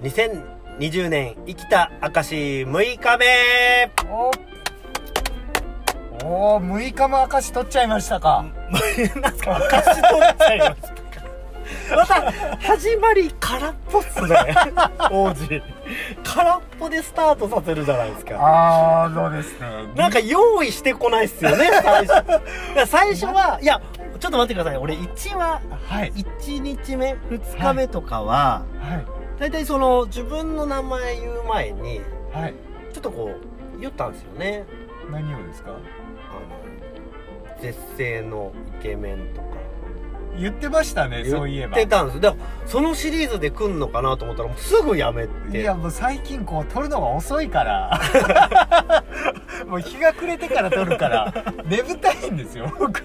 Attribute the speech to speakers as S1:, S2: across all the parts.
S1: 2020年生きた証6日目
S2: おおー6日も証取っちゃいましたか
S1: なんすか証取っちゃいましたかまた始まり空っぽっすね王子空っぽでスタートさせるじゃないですか
S2: ああそうですね
S1: なんか用意してこないっすよね最初だから最初はいやちょっと待ってください俺1話
S2: はい
S1: 1日目2日目とかは、
S2: はい
S1: 大体その自分の名前言う前に
S2: はい
S1: ちょっとこう言ったんですよね
S2: 何をですか
S1: あの絶世のイケメンとか
S2: 言ってましたねそういえ
S1: 言っ
S2: ば
S1: てたんですよだからそのシリーズで来んのかなと思ったらもうすぐやめ
S2: い
S1: て
S2: やもう最近こう撮るのが遅いから もう日が暮れてから撮るから眠たいんですよ僕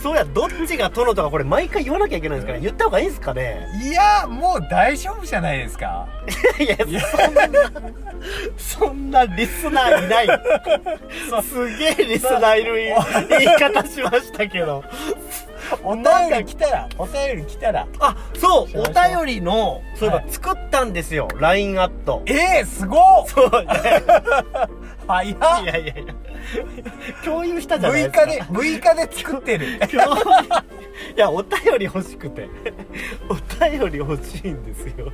S1: そうやどっちが殿とかこれ毎回言わなきゃいけないんですから、言った方がいいんですかね
S2: いやもう大丈夫じゃないですか
S1: いやそんなそんなリスナーい ないすげえリスナーいる言い方しましたけど
S2: お便り来たらお便り来たら
S1: あそう
S2: し
S1: お
S2: まし
S1: 便
S2: ょう
S1: りのそういえ
S2: は
S1: ば
S2: い
S1: 作ったんですよ LINE アット
S2: ええすごっ
S1: そう い
S2: 早
S1: や
S2: っ
S1: いやいやいや共有したじゃない
S2: 6
S1: ですか
S2: 日で6日で作ってる
S1: 今日 いやお便り欲しくて お便り欲しいんですよ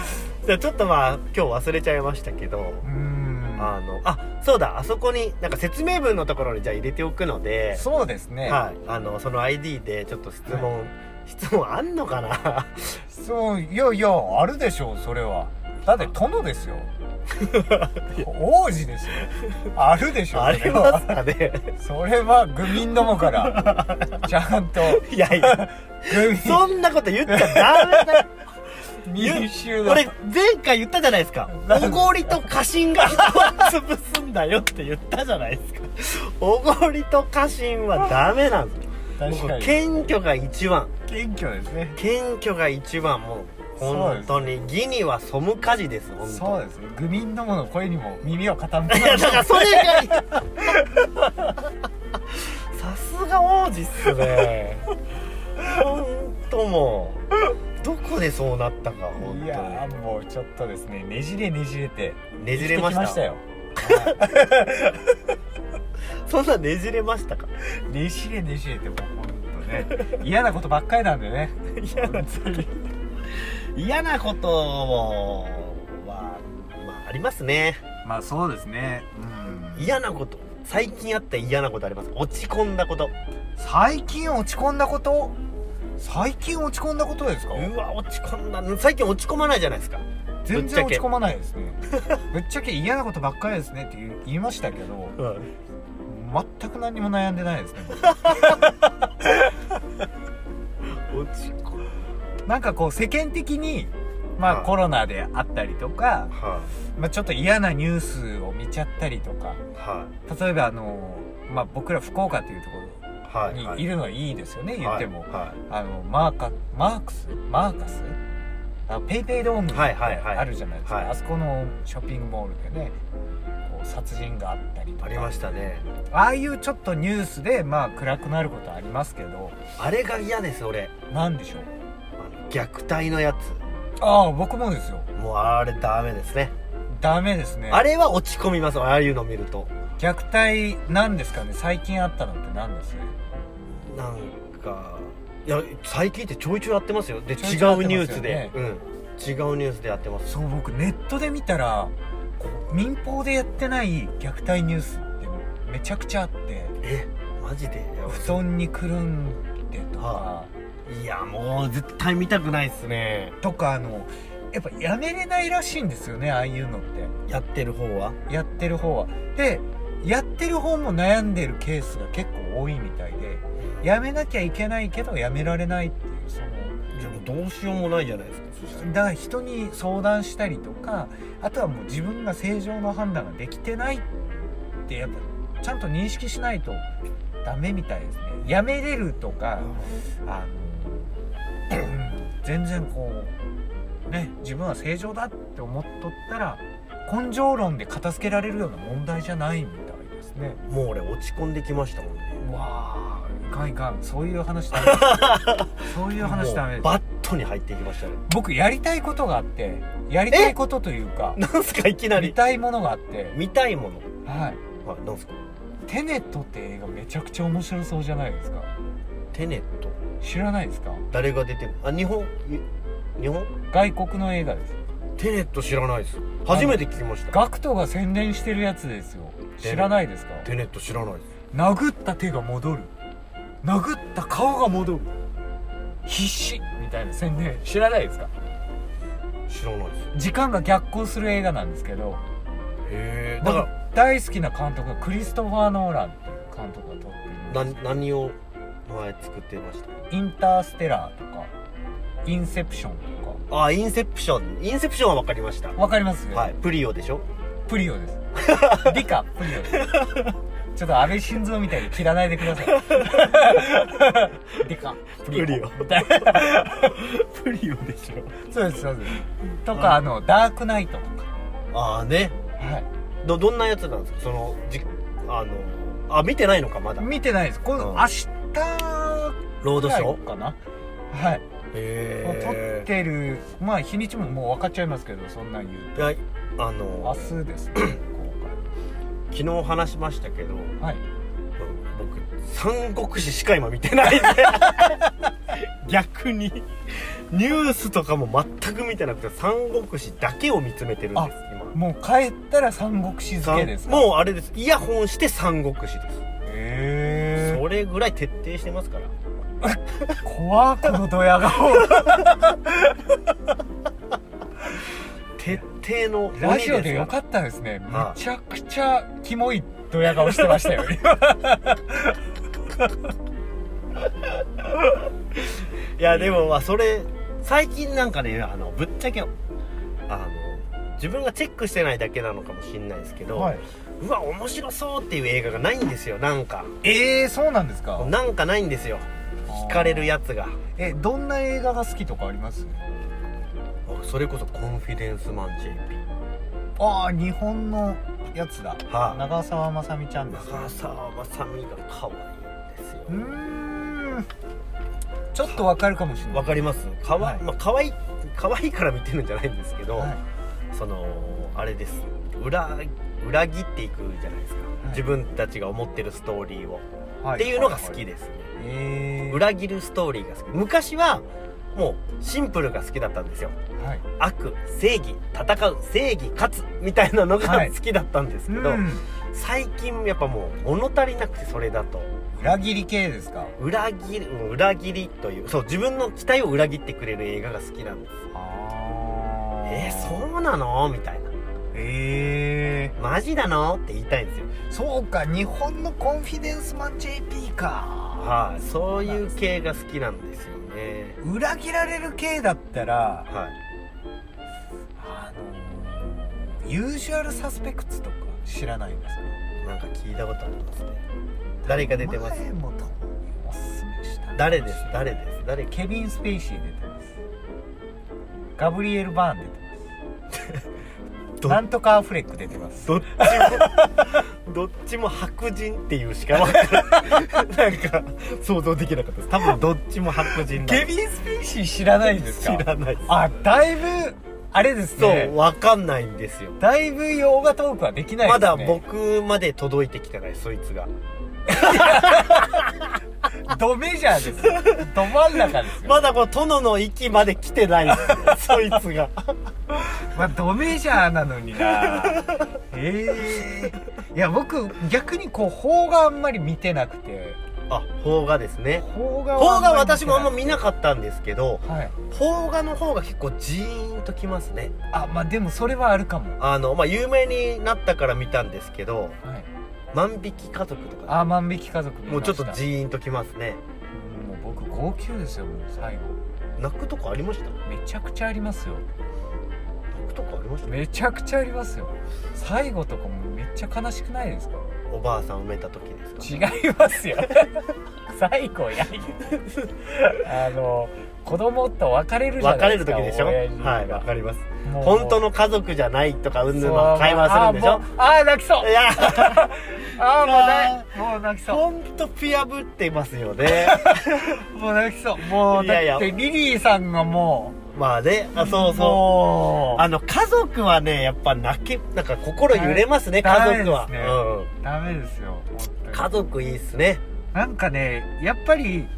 S1: じゃあちょっとまあ今日忘れちゃいましたけど
S2: うーん
S1: あのあそうだあそこになんか説明文のところにじゃあ入れておくので、
S2: そうですね、
S1: はい、あのその ID でちょっと質問、質問あんのか な
S2: そういやいやあるでしょうそれはだって殿 ですよ王子ですよあるでしょう
S1: ありますかね
S2: それは愚民どもからちゃんと
S1: いやいや
S2: 愚
S1: そんなこと言っちゃダメだよ
S2: 民民衆だ
S1: 俺前回言ったじゃないですか
S2: なん
S1: お
S2: で
S1: ごりと過信が人を潰すんだよって言ったじゃないですか おごりと過信はダメなんです
S2: 確
S1: も
S2: か
S1: う
S2: に
S1: 謙虚が一番
S2: 謙虚ですね
S1: 謙虚が一番もう本当に義には背かじです本当に
S2: そうですね愚民どもの声にも耳を傾け
S1: いやだからそれがいいさすが王子っすね本当もうどこでそうなったか本
S2: いやーもうちょっとですねねじれねじれて
S1: 当にねじれまし
S2: 生
S1: た
S2: きてきよ
S1: そんなねじれましたか
S2: ねじれねじれてもうほんとね嫌なことばっかりなんでね
S1: 嫌な 嫌なことは、まあ、ありますね
S2: まあそうですねうん
S1: 嫌なこと最近あった嫌なことあります落ち込んだこと
S2: 最近落ち込んだこと最近落ち込んだことですか
S1: うわ落ち込んだ最近落ち込まないじゃないですか
S2: 全然落ち込まないですねぶっちゃけ 嫌なことばっかりですねって言う言いましたけど全く何も悩んでないです ね僕
S1: 落ち込む
S2: なんかこう世間的にま
S1: は
S2: あ
S1: い
S2: コロナであったりとか、
S1: は
S2: まあ、ちょっと嫌なニュースを見ちゃったりとか
S1: いは
S2: 例えばあの、まあ、僕ら福岡というとこ
S1: いは
S2: ろにいるのはいいですよね、言っても、
S1: は
S2: あのマーカマークスマーカスあペイペイドームって
S1: はいはいはい
S2: あるじゃないですか、
S1: はい
S2: あそこのショッピングモールでねこう殺人があったりと
S1: い
S2: か
S1: ありましたね
S2: ああいうちょっとニュースでまあ暗くなることありますけど
S1: あれが嫌です俺
S2: なんでしょう
S1: あの虐待のやつ
S2: ああ僕もですよ
S1: もうあれダメですね
S2: ダメですね
S1: あれは落ち込みますああいうの見ると
S2: 虐待なんですかね最近あったのって何です
S1: なんかいや最近ってちょいちょいやってますよで
S2: ちょい
S1: 違
S2: ちょ
S1: う
S2: い
S1: ニ
S2: や
S1: ュ
S2: っ
S1: ー
S2: てますよね
S1: スで、うん、違うニュースでやってます
S2: そう僕ネットで見たらこう民放でやってない虐待ニュースってめちゃくちゃあって
S1: えマジで
S2: 布団にくるんでとか、
S1: はいいやもう絶対見たくないっすね
S2: とかあのやっぱやめれないらしいんですよねああいうのって
S1: やってる方は
S2: やってる方はでやってる方も悩んでるケースが結構多いみたいでやめなきゃいけないけどやめられないっていうその
S1: でもどうしようもないじゃないですか
S2: だから人に相談したりとかあとはもう自分が正常の判断ができてないってやっぱちゃんと認識しないとダメみたいですねやめれるとか、あの、うん全然こうね自分は正常だって思っとったら根性論で片付けられるような問題じゃないみたいですね
S1: もう俺落ち込んできましたもんね
S2: うわーいかんいかんそういう話ダメそういう話ダメ
S1: も
S2: で
S1: う
S2: す
S1: バットに入っていきましたね
S2: 僕やりたいことがあってやりたいことというか
S1: なんすかいきな
S2: 見
S1: り
S2: たいものがあって、
S1: 見たいもの
S2: はい、
S1: はいなんすか
S2: テネットって映画めちゃくちゃ面白そうじゃないですか
S1: テネット
S2: 知らないですか
S1: 誰が出てるあ日本ゆ日本
S2: 外国の映画です
S1: テネット知らないです初めて聞きました
S2: ガクトが宣伝してるやつですよ
S1: テネ
S2: 知らないですか
S1: テネット知らないです
S2: 殴った手が戻る殴った顔が戻る必死みたいな宣伝知らないですか
S1: 知らないです
S2: 時間が逆行する映画なんですけど
S1: へえだ
S2: 僕
S1: か
S2: 大好きな監督がクリストファー・ノーランっていう監督が撮ってるんで
S1: ら
S2: す
S1: な何を前作ってまし
S2: インターステラーとかインセプションとか
S1: たあインセプションインセプションは分かりました
S2: わかります
S1: はいプリオでしょ
S2: プリオ です理科プリオですちょっと安倍晋三みたいに切らないで ください理科プリオ
S1: プリオ
S2: みたいな
S1: プリオでしょ
S2: そうですそうですとかあのダークナイトとか
S1: ああね
S2: はい
S1: どどんなやつなんですかそのじあのあ見てないのかまだ
S2: 見てないですこ
S1: う
S2: の
S1: ん
S2: 明日ぐ
S1: ロードシ
S2: ら
S1: ョ
S2: い
S1: ー
S2: かなはいもう撮
S1: へ
S2: ってるまあ日にちももう分かっちゃいますけどそんなん言う
S1: えいやあ
S2: と
S1: の
S2: 明日 ですね
S1: 昨日話しましたけど
S2: 公開はい
S1: 僕三国志しか今見てないんで 逆にニュースとかも全く見てなくて三国志だけを見つめてるんです
S2: もう帰ったら三国志
S1: 今
S2: 漬けですか
S1: もうあれですイヤホンして三国志です、
S2: へえ
S1: それぐらい徹底してますから
S2: 怖っこのドヤ 顔
S1: 徹底の鬼
S2: ラジオでよ
S1: すから
S2: かったですねめ
S1: はい
S2: ちゃくちゃキモいドヤ顔して ましたよ
S1: いやでもまあそれ最近なんかねあのぶっちゃけあの自分がチェックしてないだけなのかもしれないですけど、
S2: はい、
S1: うわ面白そうっていう映画がないんですよなんか
S2: えー、そうなんですか
S1: なんかないんですよ惹かれるやつが
S2: えどんな映画が好きとかあります
S1: それこそコンフィデンスマン JP
S2: ああ日本のやつだ
S1: は
S2: 長澤まさみちゃんです
S1: 長澤まさみが可愛いんですよ
S2: うーんちょっとわかるかもしれない
S1: わかりますかわ、
S2: はい
S1: まあ、可愛い可愛いから見てるんじゃないんですけど、
S2: はい
S1: そのあれです裏裏切っていくじゃないですか、
S2: い
S1: 自分たちが思ってるストーリーを、
S2: は
S1: っていうのが好きですね、
S2: えー、
S1: 裏切るストーリーが好き昔はもうシンプルが好きだったんですよ
S2: はい
S1: 悪正義戦う正義勝つみたいなの
S2: は
S1: が
S2: い
S1: 好きだったんですけど、最近やっぱもう物足りなくてそれだと
S2: 裏切り系ですか
S1: 裏切るうん裏切りというそう自分の期待を裏切ってくれる映画が好きなんです
S2: あ
S1: えー、そうなのみたいな
S2: え
S1: マジなのって言いたいんですよ
S2: ー、そうか日本のコンフィデンスマン JP か
S1: はいそういう系が好きなんですよね
S2: 裏切られる系だったら
S1: はい
S2: あのーユージュアルサスペクツとか知らないんですか
S1: なんか聞いたことありますね誰が出てます
S2: 前もともにおすすめした
S1: 誰です誰です誰
S2: ケビン・スペイシー出てますガブリエル・バーン出てます
S1: ど
S2: なんとかアフレック出てます
S1: どっちも どっちも白人っていうしかわかんないなんか想像できなかったです多分どっちも白人だ
S2: ケビン・スペイシー知らないんですか
S1: 知らないです
S2: あだいぶあれです
S1: そう
S2: ね
S1: わかんないんですよ
S2: だいぶ洋画トークはできないですね
S1: まだ僕まで届いてきてないそいつが
S2: ドメジャーですど真ん中です よ、
S1: まだこの殿の域まで来てないん ですよそいつが
S2: まあ、ドメジャーなのにな ええいや僕逆にこう邦画あんまり見てなくて
S1: あ邦画ですね
S2: 邦画は
S1: 邦画私もあんま
S2: り
S1: 見なかったんですけど
S2: てないはい
S1: 邦画の方が結構ジーンときますね
S2: あまあでもそれはあるかも
S1: あのまあ有名になったから見たんですけど
S2: はい
S1: 「万引き家族」とか
S2: あ万引き家族見ました
S1: もうちょっとジーンときますね
S2: もう僕号泣ですよもう最後
S1: 泣くとこありました
S2: めちゃくちゃありますよ
S1: 泣くとこありました
S2: めちゃくちゃありますよ最後とかもめっちゃ悲しくないですか
S1: おばあさん埋めた時ですか
S2: 違いますよ 最後や あの子供と別れるじゃ
S1: 別
S2: ない
S1: れる
S2: ですか
S1: 時でしょ
S2: 親父が
S1: はいわかります
S2: もう
S1: 本当の家族じゃないとかうんぬんの会話するんでし
S2: あ
S1: ょ
S2: もうあー泣きそう
S1: いや
S2: あーもうないもうう泣きそう
S1: ほんとピアぶってますよね
S2: もう泣きそうもう
S1: い
S2: だ
S1: やいや
S2: ってリリーさんがも
S1: まあねあ
S2: う
S1: そうそう
S2: もう
S1: あの家族はねやっぱ泣けなんか心揺れますね
S2: ダメ
S1: 家族は、
S2: ダメですねダメですよ
S1: う
S2: 本
S1: ん、
S2: 当
S1: 家
S2: に
S1: 族いいっすね、
S2: なんかねやっぱり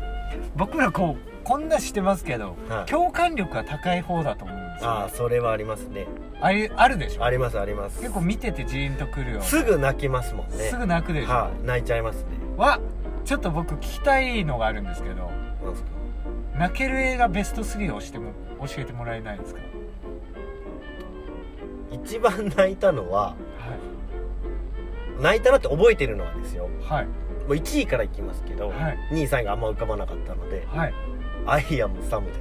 S2: 僕らこうこんなしてますけど
S1: はい
S2: 共感力が高い方だと思うんですよ
S1: ああ
S2: あ
S1: それはありますね
S2: れあるでしょ
S1: ありますあります
S2: 結構見ててジーンとくるよ
S1: すぐ泣きますもんね
S2: すぐ泣くでしょ
S1: はい、泣いちゃいますね
S2: はちょっと僕聞きたいのがあるんですけど
S1: なんすか
S2: 泣ける映画ベスト3をしても教えてもらえないですか
S1: 一番泣いたのは
S2: は
S1: 泣いたなって覚えてるのはですよも
S2: いはいう
S1: 1位からいきますけど、
S2: はい
S1: 2位3位があんま浮かばなかったので
S2: はい
S1: 「アイアムサム」です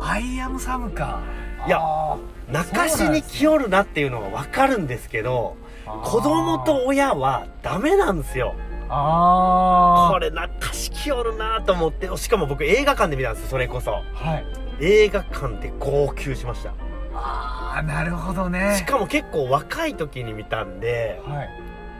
S2: アイアムサムか
S1: いや
S2: あ
S1: 泣かしに来よるなっていうのが分かるんですけど
S2: ー
S1: 子供と親はダメなんですよ
S2: あー
S1: これ泣かしきよるなと思ってしかも僕映画館で見たんですよそれこそ
S2: はい
S1: 映画館で号泣しました
S2: ああなるほどね
S1: しかも結構若い時に見たんで
S2: はい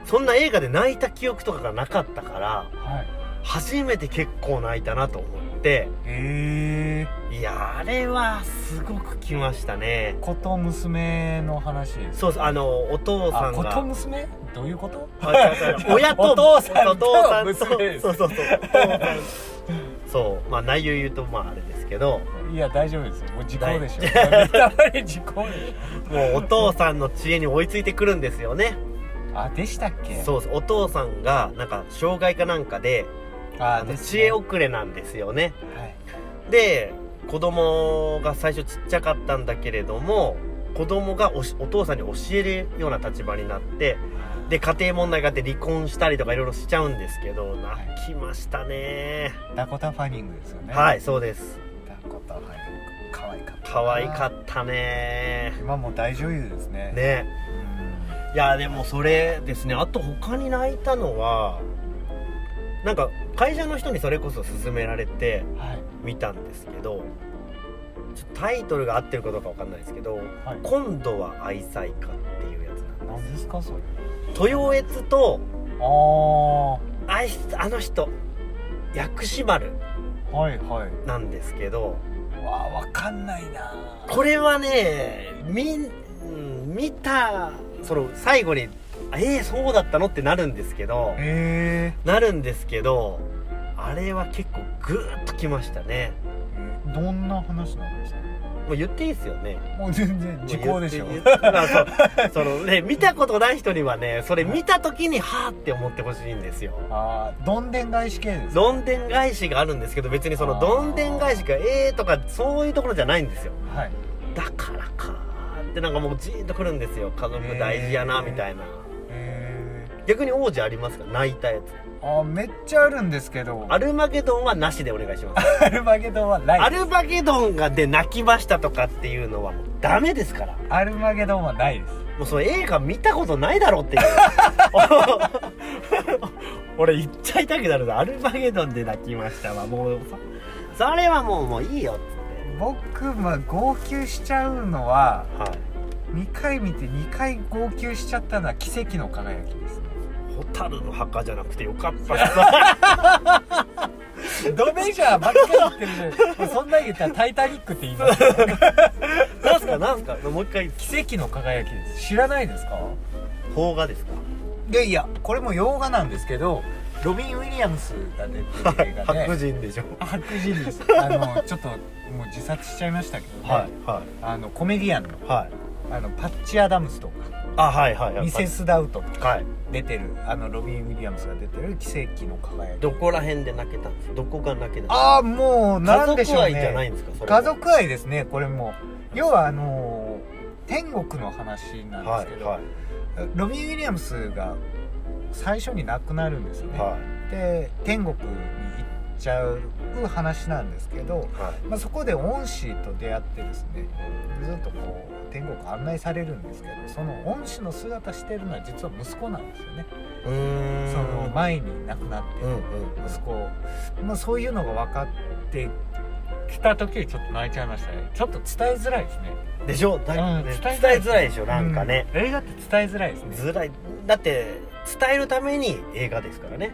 S1: そんな映画で泣いた記憶とかがなかったから
S2: はい
S1: 初めて結構泣いたなと思って
S2: ええ
S1: いやあれはすごくきましたね
S2: ー、子と娘の話です
S1: そうそうあのお父さ
S2: あ
S1: ん
S2: 子と
S1: が
S2: 娘どういうこと
S1: あ違う 違う親と
S2: お父さんと
S1: お父さんと
S2: 娘です
S1: そうそうそうお父さんそうまあ内容言うとまああれですけど
S2: いや大丈夫ですよもう時効でしょ
S1: 大
S2: やっぱり時効でし
S1: もうお父さんの知恵に追いついてくるんですよね
S2: ょあでしたっけ
S1: そうそうお父さんがなんか障害かなんかで
S2: あ
S1: あの
S2: です、ね、
S1: 知恵遅れなんですよね
S2: はい
S1: で子供が最初ちっちゃかったんだけれども子供がおしお父さんに教えるような立場になってで家庭問題があって離婚したりとかいろいろしちゃうんですけど泣きましたね
S2: ダコタ・ファニングですよね
S1: はいそうです
S2: ダコタ・ファニング可愛かったな
S1: 可愛かったね
S2: 今もう大女優ですね
S1: ね
S2: うん
S1: いやでもそれですねあと他に泣いたのはなんか会社の人にそれこそ勧められて
S2: はい
S1: 見たんですけどちょっとタイトルが合ってるかどうかわかんないですけど
S2: はい
S1: 「今度は愛妻家」っていうやつなんで
S2: 何ですかそれ
S1: す豊悦と
S2: ああは
S1: あいあの人薬師丸
S2: いはい
S1: なんですけど
S2: わあわかんないな
S1: これはねみうん見たその最後に「えー、そうだったの?」ってなるんですけど
S2: え
S1: なるんですけどあれは結構グーッときましたね
S2: ー、どんな話なんですか
S1: もう言っていいですよね
S2: もう全然時効でしょ
S1: 言って言ってまあそうそのね見たことない人にはねそれ見た時にはあって思ってほしいんですよ
S2: ああどんでん返し系ですか
S1: どんでん返しがあるんですけど別にその
S2: あー
S1: どんでん返しがええとかそういうところじゃないんですよ
S2: はい
S1: だからかーってなんかもうじーっとくるんですよ家族大事やな
S2: へー
S1: みたいな
S2: え
S1: 逆に王子ありますか泣いたやつ
S2: ー、あめっちゃあるんですけど
S1: アルマゲドンはなしでお願いします
S2: アルマゲドンはない
S1: アルマゲドンがで泣きましたとかっていうのはもうダメですから
S2: アルマゲドンはないです
S1: もうその映画見たことないだろうっていう 俺言っちゃいたくなるなアルマゲドンで泣きましたわもうそそれはもうもういいよっつっ
S2: 僕は号泣しちゃうのは
S1: てはい
S2: 2回見て2回号泣しちゃったのは奇跡の輝きですね
S1: 蛍の墓じゃなくてよかった な
S2: ドメジャーばっかり言ってるじゃないもうそんなん言ったら「タイタニック」って言いますよ
S1: なんすかなんすかもう一回
S2: 奇跡の輝きです知らないですか
S1: 邦画ですか
S2: いやいやこれも洋画なんですけどロビン・ウィリアムスが出てる映画
S1: 白
S2: で
S1: 人でしょ
S2: 白人です あのちょっともう自殺しちゃいましたけどね、
S1: は
S2: あのコメディアンの
S1: いはい
S2: あのパッチ・アダムスとか
S1: あはいはいはい
S2: ミセス・ダウトとか
S1: はい
S2: 出てるあのロビン・ウィリアムスが出てる「奇跡の輝き」
S1: どこら辺で泣けたんですかどこが泣けたんですか
S2: ああもうなんで
S1: 家
S2: し
S1: 族
S2: ょう
S1: 愛じゃない
S2: ね
S1: んですかそれ
S2: 家族愛ですねこれも要はあのー天国の話なんで
S1: は
S2: す
S1: い
S2: けど、
S1: はい
S2: ロビン・ウィリアムスが最初に亡くなるんですよね、
S1: は
S2: で天国に行っちゃう話なんですけど、
S1: いはい
S2: まあ、そこで恩師と出会ってですねずっとこう天国案内されるんですけどその恩師の姿してるのは実は息子なんですよね
S1: うーん
S2: その前に亡くなって
S1: うんうん
S2: 息子を、まあ、そういうのが分かってきた時ちょっと泣いちゃいましたねちょっと伝えづらいですね
S1: でしょだ、
S2: うん
S1: ね伝
S2: 伝
S1: え
S2: えづらい
S1: づらいでしょなんかね、
S2: うん映画って伝えづらいですね
S1: づらいだって伝えるために映画ですからね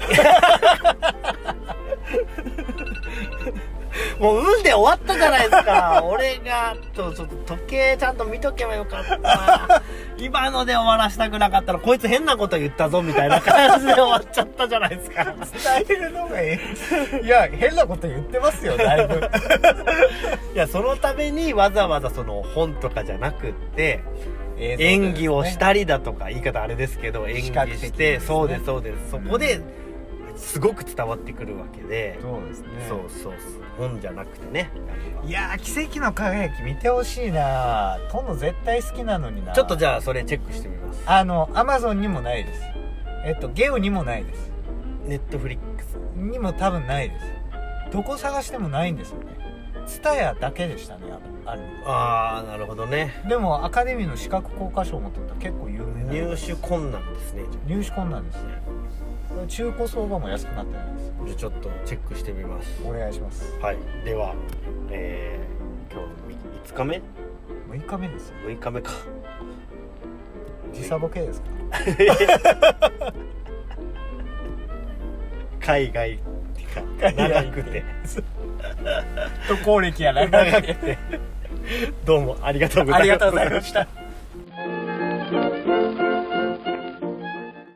S1: もう運で終わったじゃないですか俺がとちょっと時計ちゃんと見とけばよかった今ので終わらしたくなかったらこいつ変なこと言ったぞみたいな感じで終わっちゃったじゃないですか
S2: 伝えるのがえ えいや変なこと言ってますよだいぶ
S1: いやそのためにわざわざその本とかじゃなくって
S2: 映像で
S1: 演技をしたりだとか言い方あれですけど演
S2: 視覚
S1: 技
S2: 的に
S1: し
S2: で
S1: て、
S2: すね
S1: そうですそうですそこ
S2: う
S1: で、すごく伝わってくるわけで、
S2: そうですね
S1: そうそうそう本じゃなくてね
S2: いやー奇跡の輝き見てほしいな今度絶対好きなのにな
S1: ちょっとじゃあそれチェックしてみます
S2: あのアマゾンにもないですえっとゲオにもないです
S1: ネットフリックス
S2: にも多分ないですどこ探してもないんですよねツタヤだけでしたねあある
S1: ああなるほどね
S2: でもアカデミーの資格効果賞も取った結構有名な
S1: 入手困難ですね
S2: 入手困難ですね中古相場も安くなってないです
S1: じゃあちょっとチェックしてみます
S2: お願いします
S1: はいではえー、今日5日目
S2: 6日目ですよ
S1: ?6 日目か
S2: 時差ボケ ですか
S1: 海外ってか長くて
S2: 渡航歴 や ら
S1: 長くてどうもありがとうございました
S2: した